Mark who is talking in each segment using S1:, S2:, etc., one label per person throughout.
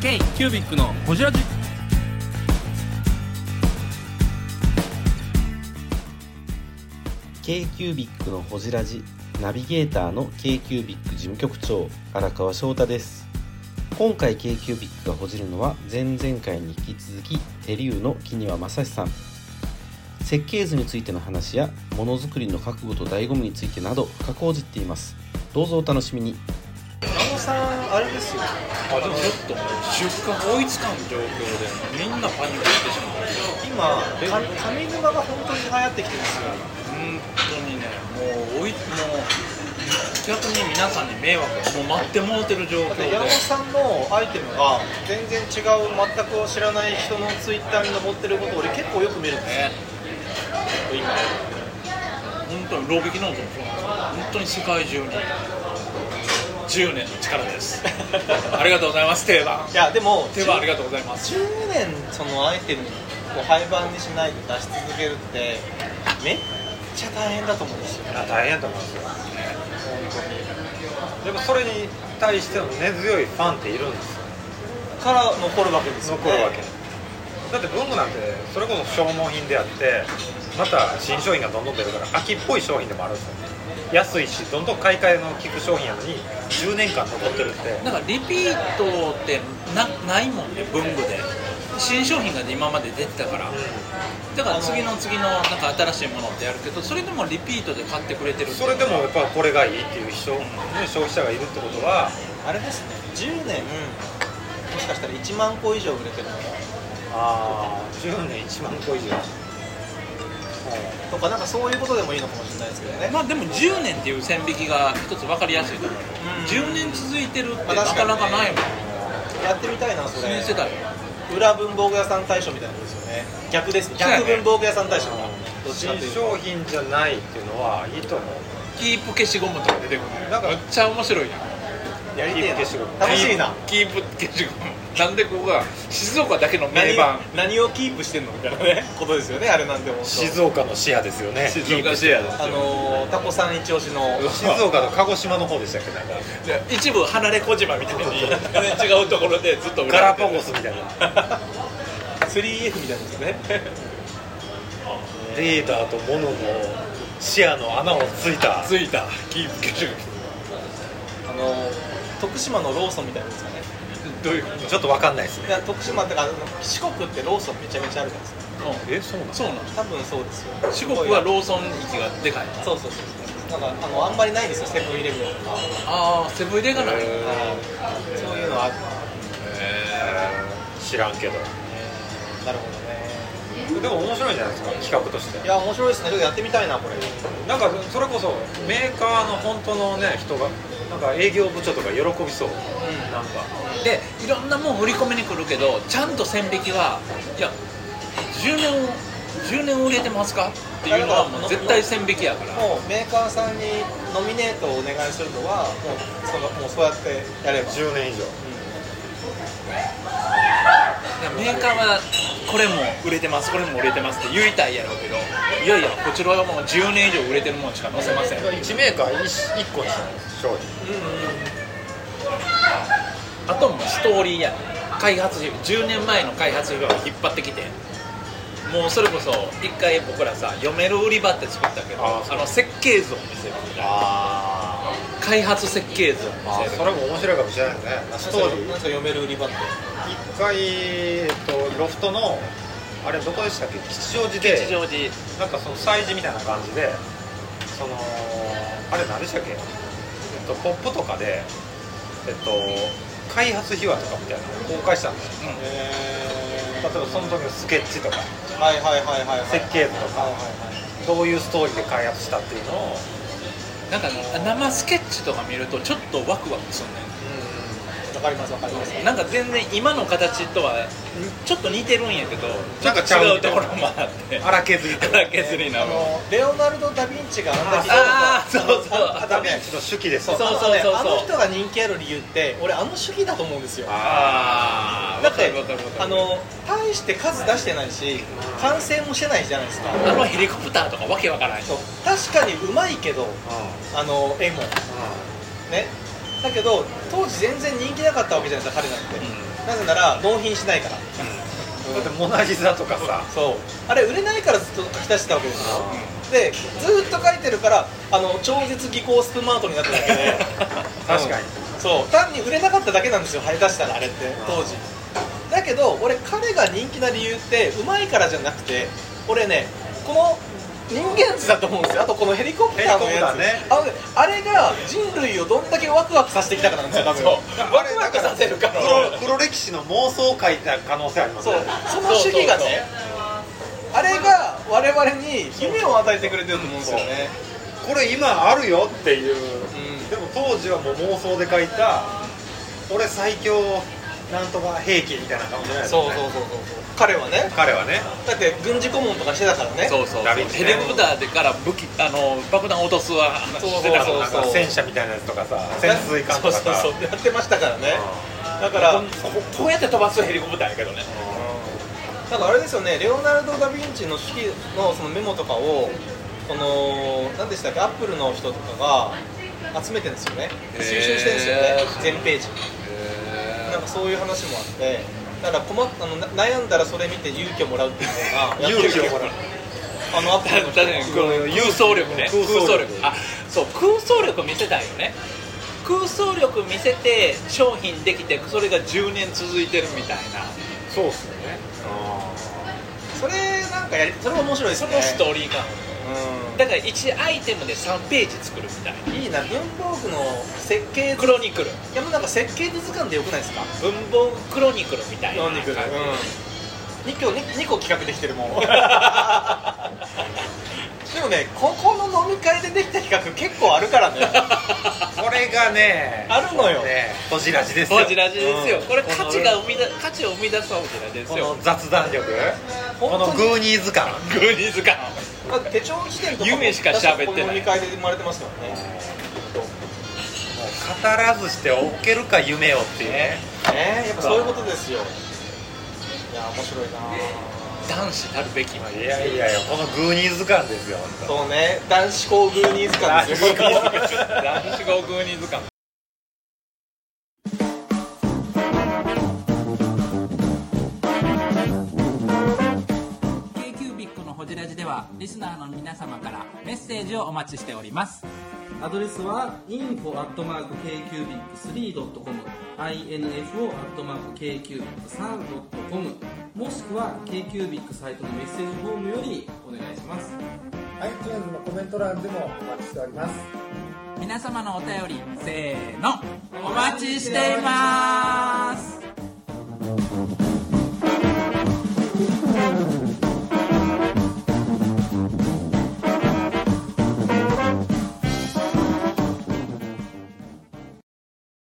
S1: ケイキュービックのホジラジ
S2: ー K-Cubic のほじラジナビゲーターの K-Cubic 事務局長荒川翔太です今回 K-Cubic がほじるのは前々回に引き続き手竜の木庭正史さん設計図についての話やものづくりの覚悟と醍醐味についてなど深く応じっていますどうぞお楽しみに
S3: あのさんあれですよ
S4: あでもちょっと出荷追いつかん状況でみんなパニックしてしまう
S3: 今か上沼が本当に流行ってきてるんですよ
S4: 本当にねもう追いもう逆に皆さんに迷惑をもう待ってもうてる状
S3: だっ
S4: 況
S3: て
S4: で
S3: 山本さんのアイテムが全然違う全く知らない人のツイッターに上ってること俺結構よく見るんです よ
S4: ね今本当にロービキノートもそうなんですけど本当に世界中に10年の力ですありがとうございますテーマ
S3: いやでも
S4: テーマありがとうございます
S3: 10年そのアイテムを廃盤にしないで出し続けるってめっちゃ大変だと思うんですよ
S5: 大変だと思うんですよ、でもそれに対しての根強いファンっているんですよ、
S3: から残るわけですよ、ね、
S5: 残るわけ、だって文具なんて、それこそ消耗品であって、また新商品がどんどん出るから、秋っぽい商品でもあるんですよね、安いし、どんどん買い替えの効く商品やのに、10年間残ってるって、
S4: なんかリピートってなないもんね文具で新商品が今まで出てたからだから次の次のなんか新しいものってやるけどそれでもリピートで買ってくれてる
S5: それでもやっぱこれがいいっていう人、ね、消費者がいるってことは、
S3: あれですね10年もしかしたら1万個以上売れてるの
S5: ああ、10年1万個以上。
S3: とかなんかそういうことでもいいのかもしれないですけどね
S4: まあでも10年っていう線引きが一つ分かりやすいと思う、
S3: ん
S4: 10年続いてるって
S3: まあ
S4: な
S3: 確か
S4: か
S3: に
S4: なかないもん
S3: やってみたいなそ
S4: 新
S3: れ
S4: 世代
S3: 裏文房具屋さん大賞みたいなことですよね逆ですね
S4: そうやね
S3: 逆文房具屋さん大賞だどっち
S5: 新
S3: かというと
S5: 商品じゃないっていうのはいいと思う
S4: キープ消しゴムとか出てくるのよ
S5: なんか
S4: めっちゃ面白いやん
S3: やりてえな
S5: 消しゴム
S3: 楽しいな
S4: キープ消しゴムなんでここが静岡だけの名
S3: 何を
S4: 盤
S3: 何をキープしてんのみたいなねことですよねあれなんでも
S5: 静岡のシェアですよね
S4: 静岡シェアです
S3: あのータコさん一押しの
S5: 静岡と鹿児島の方でしたっけなんか
S4: で一部離れ小島みたいに全然違うところでずっと売ら
S5: ガ
S4: れ
S5: ラ
S4: てる
S5: パゴスみたいな
S3: 3F みたいなですね
S5: レーダーとモノのシェアの穴をついた
S4: ついたキープ消し
S3: あのー徳島のローソンみたいなですよね
S4: どういう
S5: ちょっとわかんないです
S3: いや徳島ってかあの四国ってローソンめちゃめちゃあるじゃないですか
S5: えそう
S4: そう
S5: なの
S4: なの
S3: 多分そうですよ
S4: 四国はローソン域がでかい
S3: そうそうそうなんかあのあんまりないですよセブンイレブンとか
S4: ああセブン入れがない
S3: そういうのはある
S5: 知らんけど
S3: なるほどね
S5: でも面白いじゃないですか企画として
S3: いや面白いですねちょっとやってみたいなこれ
S5: なんかそれこそメーカーの本当のね人がなんか営業部長とか喜びそうなんか
S4: でいろんなもん売り込みに来るけどちゃんと線引きはいや10年を10年売れてますかっていうのはもう絶対線引きやから
S3: もうメーカーさんにノミネートをお願いするのはもうそのもうそうやってやれば
S5: 10年以上
S4: メーカーはこれも売れてますこれも売れてますって言いたいやろうけどいやいやこちらはもう10年以上売れてるもんしか載せません
S5: 1メーカー 1, 個にしない商品
S4: あともうストーリーや開発費10年前の開発費を引っ張ってきてもうそれこそ一回僕らさ読める売り場って作ったけどあ
S5: あーそう
S4: の設計図を見せる
S5: あ
S4: 開発設計図を
S5: あ
S4: 見せ
S5: そ
S4: る
S5: れも面白いかもしれないですねストーリー
S3: なんか読める売り場って
S5: 一回、えっと、ロフトのあれどこでしたっけ吉祥寺で
S4: 吉祥寺
S5: なんかその催事みたいな感じでそのあれ何でしたっけ、えっと、ポップとかでえっと開発秘話とかみたいなのを公開したんですよ
S3: え
S5: 例えばその時のスケッチとか
S3: ー、はいはいはいはいはい
S5: 設計図とか
S3: はいはいはい
S5: どういうストーリーで開発したっていうのを
S4: なんかね生スケッチとか見るとちょっとワクワクするね
S3: わかりますわかります
S4: んなんか全然今の形とはちょっと似てるんやけどちょ
S5: な
S4: っ
S5: んかち
S4: と
S5: ゃう
S4: 違うところもあって
S5: 荒削りとか
S4: 荒削りな
S3: あ
S4: もん
S3: のレオナルド・ダ・ヴィンチがあんだけ
S4: あーそうそう
S3: あダ
S5: ダヴ
S3: ヴ
S5: ィ
S3: ィ
S5: ン
S3: ン
S5: チ
S3: チ
S5: の手記です
S4: そう
S3: あのねあの人が人気ある理由って俺あの主義だと思うんですよ
S4: ああ
S3: だ
S4: わ
S3: っ
S4: か
S3: て
S4: るわかるわかる
S3: あの大して数出してないし完成もしてないじゃないですか
S4: あのヘリコプターとかわけわからない
S3: そう確かにうまいけどあの絵もねだけど当時全然人気なかったわけじゃないですか彼なんて、
S4: うん
S3: なぜなら納品しないから、
S5: だってモナリザとかさ
S3: そうあれ売れないからずっと書き出してたわけですよでずっと書いてるからあの超絶技巧スプマートになっただけで
S5: 確かに
S3: うんそう単に売れなかっただけなんですよ張り出したらあれって当時だけど俺彼が人気な理由ってうまいからじゃなくて俺ねこの人間図だと思うんですよあとこのヘリコプターの
S5: ヘリ
S3: や
S5: コ
S3: つ、
S5: プターね
S3: あのねあれが人類をどんだけワクワクさせてきたかなんですよ多分 ワクワクさせるから
S5: 黒黒歴史の妄想を書いた可能性あります
S3: そ
S5: ね
S3: うその主義がねあれが我々に夢を与えてくれてると思うんですよね
S5: これ今あるよっていう、
S3: ん
S5: でも当時はもう妄想で書いた俺最強なんとか兵器みたいな感じじゃないですか、
S3: そう
S5: ね、
S3: そうそうそう彼はね
S5: 彼はね
S3: だって軍事顧問とかしてたからね
S4: そうそうそう
S5: ラビッチ
S4: ヘ
S5: ね
S4: リコプターでから武器あの爆弾落とすわ話してたか
S3: そう
S4: ら
S5: なんか戦車みたいなやつとかさ潜水艦とかさ
S3: そうそうそうやってましたからねだから
S1: こんここうやって飛ばすヘリコプターやけどね
S3: なんかあれですよねレオナルド・ダ・ヴィンチの手記のそのメモとかをこの何でしたっけアップルの人とかが集めてるんですよね
S4: へー
S3: 収集してるんですよね全ページなんかそういう話もあってだから困っあのな悩んだらそれ見て勇気をもらうっていうのが
S5: 勇気をもらう
S3: あのアップルの
S4: 確か
S3: 人
S4: にこの空想力ね
S5: 空
S4: 空
S5: 想
S4: 想
S5: 力
S4: 力あそう空想力見せたいよね空想力見せて商品できてそれが10年続いてるみたいな
S5: そうっすよね
S3: それなんかやりそれ面白いです
S4: そ
S3: ね
S4: のストーリーが
S3: うん
S4: だから1アイテムで3ページ作るみたいない
S3: いな文房具の設計
S4: クロニクル
S3: いやもうなんか設計図図鑑でよくないですか
S4: 文房具クロニクルみたいな
S3: 読んでくる、2, 個 2, 個企画できてる もんでもねここの飲み会でできた企画結構あるからね
S5: これがね
S3: あるのよ
S5: ねほじらじですよ
S4: ホジラジですよ、
S5: うん
S4: これ価値が生み出価値を生み出すホジラジで
S5: こ
S4: すよ
S5: の雑談力こ
S3: 本
S5: の
S3: 当
S5: グ
S3: に
S5: ーニーズ感
S4: グーニーズ感
S3: だって手帳辞典とかも
S4: 夢しか喋ってない
S3: 確かこの飲み会で生まれてますからね
S5: もう語らずしておけるか夢をっていうね
S3: ねえやっぱそういうことですよいや面白いな
S4: 男子たるべき
S5: いやいやいやこのグーニーズ感ですよ本
S3: そうね男子校グーニーズ感 ですよ
S5: 男子校グ
S4: 男子がグーニーズ感ホジラジではリスナーの皆様からメッセージをお待ちしております
S6: アドレスは info.kcubic3.com info.kcubic3.com もしくは KQBIC サイトのメッセージフォームよりお願いします
S7: iTunes のコメント欄でもお待ちしております
S4: 皆様のお便りせーのお待ちしています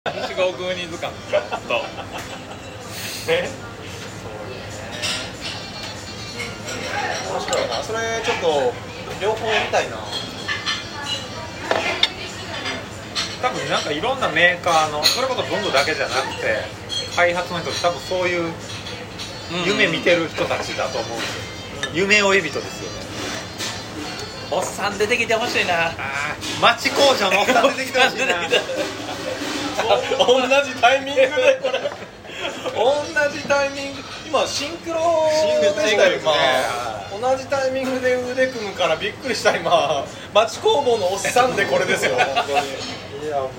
S4: 男子がグーニーズ感と
S3: 面白いなそれちょっと両方やりたいな
S5: 多分なんかいろんなメーカーのそれこそ文具だけじゃなくて開発の人多分そういう夢見てる人たちだと思うんですよ夢追い人ですよ
S4: お
S5: ね
S4: っさん出てきてほしいな
S5: ああ町工場のおっさん出てきてほしい な
S3: 同じタイミングでこれ同じタイミング今シンクロでしたよ今同じタイミングで腕組むからびっくりした今町工房のおっさんでこれですよ本当にね
S5: いやもう
S4: こ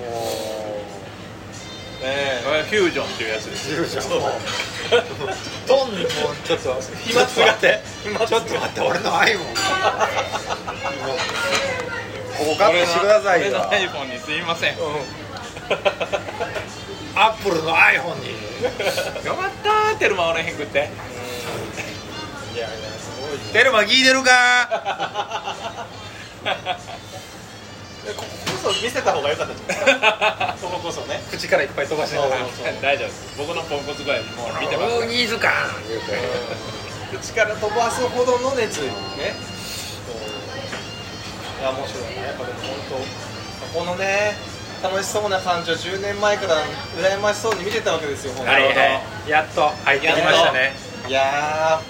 S3: え
S4: れフュージョンっていうやつです
S5: 自由じゃんもう トンもうちょっと
S3: 暇つぶって
S5: ちょっと待って俺の iPhone もうここカットしてくださいよ
S4: 俺の iPhone にすいません
S5: アップルの iPhone に
S4: よかったーテルマおれへんく って
S5: テルマ聞いてるか
S3: こここそ見せた方が良かったじゃないですかこここそね
S5: 口からいっぱい飛ばして
S3: そう
S5: た
S3: そうそう
S4: 大丈夫です僕のポンコツ具合もう見てます
S5: おーニーズ感言うて
S3: 口から飛ばすほどの熱意ねいや面白いなやっぱでも本当このね楽しそうな感じを10年前から羨ましそうに見てたわけですよ本当に
S5: はいはいやっと入ってきましたね
S3: いや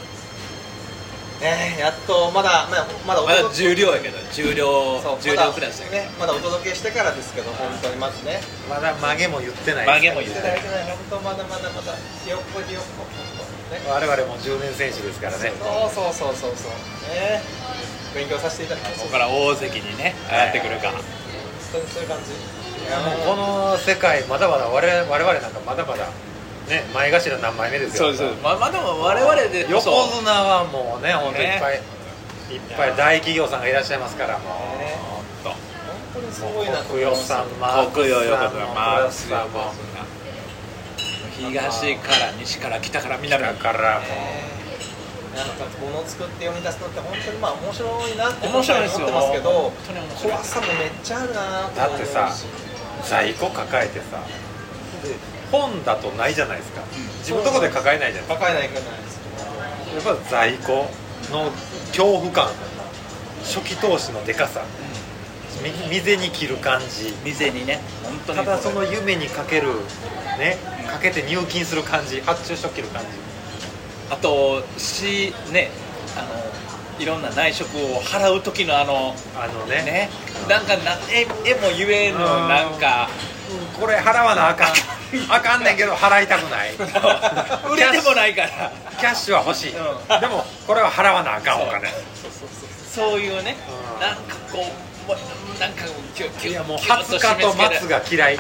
S3: ねやっとまだまだまだお
S4: まだ
S3: 届け
S4: 重量やけど重量
S3: そう
S4: 重量クラスや
S3: まだ
S4: けど
S3: ねまだお届けしてからですけど本当にまずね
S5: まだ曲げも言ってない
S8: 曲げも言
S3: 世
S8: って
S3: 代世代本当まだまだまだひよっこひよっこね
S5: 我々も10年選手ですからね
S3: そうそうそうそうそうね勉強させていただきま
S8: ここ
S3: す
S8: から大関にね上がってくるか
S3: そうそういう感じ
S5: いやもうこの世界まだまだ我々我々なんかまだまだね前頭何枚目ですよ
S4: まあまあでも我々でこ
S5: 横
S4: そ
S5: 綱はもうね本当い
S8: ね
S5: っぱい、いっぱい大企業さんがいらっしゃいますからも
S3: 本当にす
S5: う
S3: ごいなと思
S5: 国
S3: いま
S5: 与
S3: す
S5: さんマーク
S8: 国
S5: ス
S8: よ
S5: さ
S8: 横
S5: ん
S8: 綱
S5: も
S8: マークス
S5: さ
S8: は
S5: ん
S8: も
S5: も
S8: う東から西から北から南
S5: だからも
S3: なんか物を作って読み出すのって本当にまあ面白いなって
S4: 面白いですよ
S3: 思ってますけど
S4: 本当に面白い
S3: 怖さもめっちゃあるなと
S5: だ
S3: 思う
S5: って
S3: し
S5: さう在庫抱えてさで本だとないじゃないですか自分のとこで抱えないじゃない
S3: 抱えないくらいです
S5: ですかやっぱ在庫の恐怖感初期投資のでかさみ水に切る感じ
S4: 店にね本当に
S5: ただその夢にかけるねかけて入金する感じ発注書切る感じ
S4: あとしねあのいろんな内職を払う時のあの
S5: あのね
S4: ねなんかな絵絵も言えんの
S5: うん
S4: なん か
S5: これ払わなあかんあかんねんけど払いたくない
S4: 売れてもないから
S5: キャッシュは欲しい、でもこれは払わなあかんお金
S4: そういうね
S5: うん
S4: なんかこうもうなんかキュッキュッキ
S5: いやもう
S4: ュッ
S5: 20日と
S4: 締め付け
S5: 松
S4: る
S5: が嫌い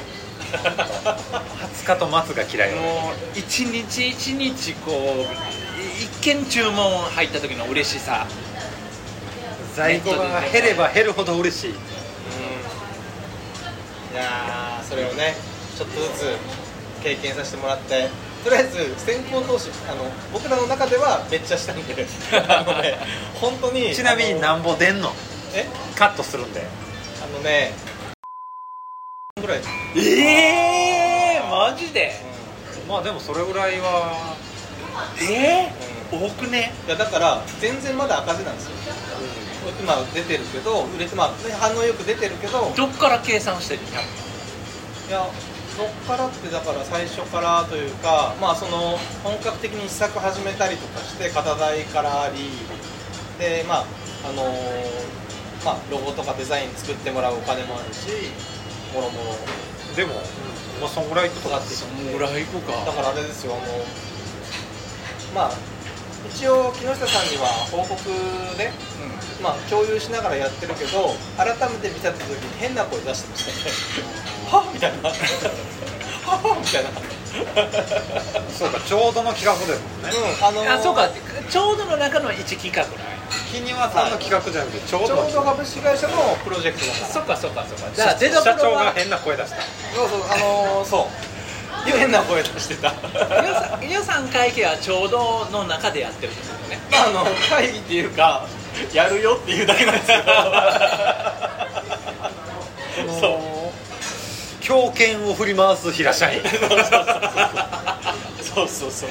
S5: 20日と松が嫌い
S4: もう一日一日こうい一見注文入った時の嬉しさ
S5: 在庫が減れば減るほど嬉しい
S3: いやーそれをねちょっとずつ経験させてもらってとりあえず先行投資あの僕らの中ではめっちゃしたんで あのね本当に
S5: ちなみに
S3: あの
S5: なんぼ出んの
S3: え
S5: カットするんで
S3: あのねぐらい、うん、
S4: ええマジで
S5: まあでもそれぐらいは
S4: ええ
S3: う
S4: 多くね
S3: いやだから全然まだ赤字なんですよ、今出てるけど売れてまあね反応よく出てるけど
S4: どっから計算してるの
S3: いやそっからってだから最初からというかまあその本格的に試作始めたりとかして型台からありでまああのーまあロゴとかデザイン作ってもらうお金もあるしもろもろ
S5: でも、まあそんぐらいいくと
S3: かかってきて
S4: ぐらい行こ
S3: だからあれですよあのまあ一応木下さんには報告で、まあ共有しながらやってるけど改めて見た時に変な声出してましたねはみたいなはみたいな
S5: そうかちょうどの企画ですもんね
S3: うん、あのー
S4: あそうかちょうどの中の一企画なんや
S5: 木庭さんの企画じゃなくてちょう
S3: ち
S5: ど
S3: ょ
S5: の
S3: うど
S5: 企画
S3: 株式会社のプロジェクトだから
S4: そっかそっかそっかじゃあ
S5: 社
S4: デザプロ
S5: 長が
S4: は
S5: 変な声出した
S3: そうそうあのー、そう変な声出してた
S4: 予算予算会計はちょうどの中でやってるんですよね
S3: まああの会議っていうかやるよっていうだけなんですけど
S5: そう狂犬を振り回す平社員
S4: そうそうそう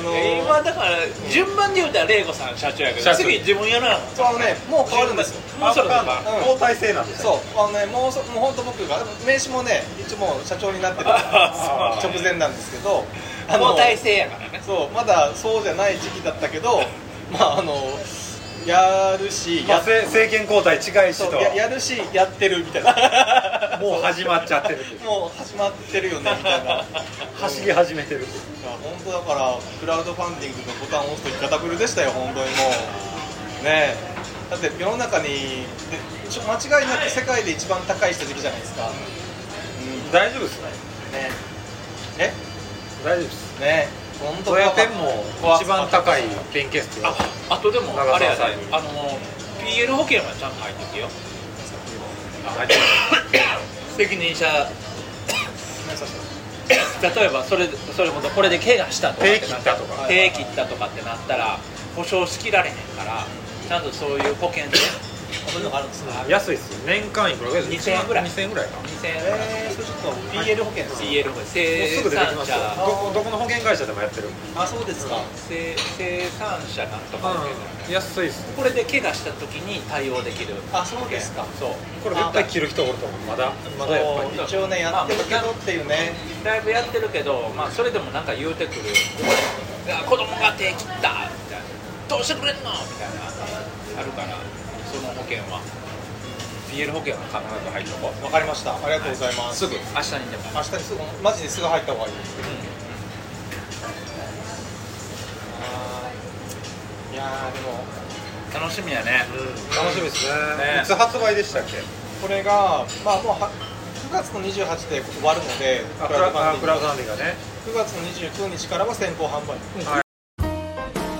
S3: あのー
S4: 今だから順番で言うたら玲子さん社長やけ
S5: 社
S4: ど
S5: 長
S4: 次自分やな
S3: そうあのねもう変わるんですよ
S4: もうそろそろ
S5: あ交代制なんです
S3: そうあのねもうそもう本当僕が名刺もね一応もう社長になってるから
S5: そう
S3: 直前なんですけどあの
S4: 交代制やからね
S3: そうまだそうじゃない時期だったけど まああのやるし
S5: ま
S3: や
S5: あ、せ政権交代違いし
S3: そ
S5: と
S3: うややるしやってるみたいな
S5: もう始まっちゃってるっていう
S3: もう始まってるよねみたいな
S5: 走り始めてるってい
S3: い
S5: う
S3: や本当だからクラウドファンディングのボタンを押すときカタクルでしたよ本当にもうねえだって世の中にでちょ間違いなく世界で一番高い下敷きじゃないですか、うん、
S5: 大丈夫ですね
S3: ねえ
S5: 大丈夫です
S3: えねえ本当
S5: ド
S3: 怖
S5: ヤ
S3: かった
S5: ペンも一番高いペンケースって
S4: ああとでも
S5: 長澤
S4: あれやで
S5: さん
S4: あの PL 保険はちゃんと入って るよ責任者例えばそれそれほどこれで怪我したとかってな
S5: 手切ったとか
S4: 手切ったとかってなったら保証しきられへんからちゃんとそういう保 険で
S3: そういうのがあるんですね
S5: 安いですよ年間いくらぐらいです
S4: 2000円ぐらい
S5: 2000円ぐらいかも
S4: 2000円
S3: えー、それちょっと BL 保険ですか
S4: PL 保険
S5: う
S4: 生
S5: すぐ出てき
S4: 産
S5: ます
S4: 者
S5: よどこどこの保険会社でもやってる
S3: あそうですか、
S4: 生生産者なんとか保険だよね
S5: 安いです
S4: これで怪我した時に対応できる
S3: あそうですか
S4: そう
S5: これ絶対着る人おると思うまだまだやっぱり
S3: そう一応ねやってるけどっていうね、
S4: ライブやってるけど、まあ、それでもなんか言うてくる「あ子供が手切った」みたいなどうしてくれんのみたいなあるからその保険は PL 保険は必ず入っとこう
S3: わかりましたありがとうございます、
S4: すぐ明日にでも
S3: 明日にすぐマジですぐ入った方がいいですいやーでも
S4: 楽しみやね
S5: 楽しみですね
S4: ね
S5: いつ発売でしたっけ
S3: これがまあもうは9月の28で終わるので
S5: あク
S3: クラウドファ
S5: ラ
S3: ン
S5: あ
S3: ディン
S5: ク
S3: グ
S5: ラウドファンディングがね
S3: 9月の29日からは先行販売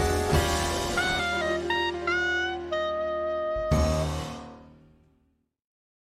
S9: す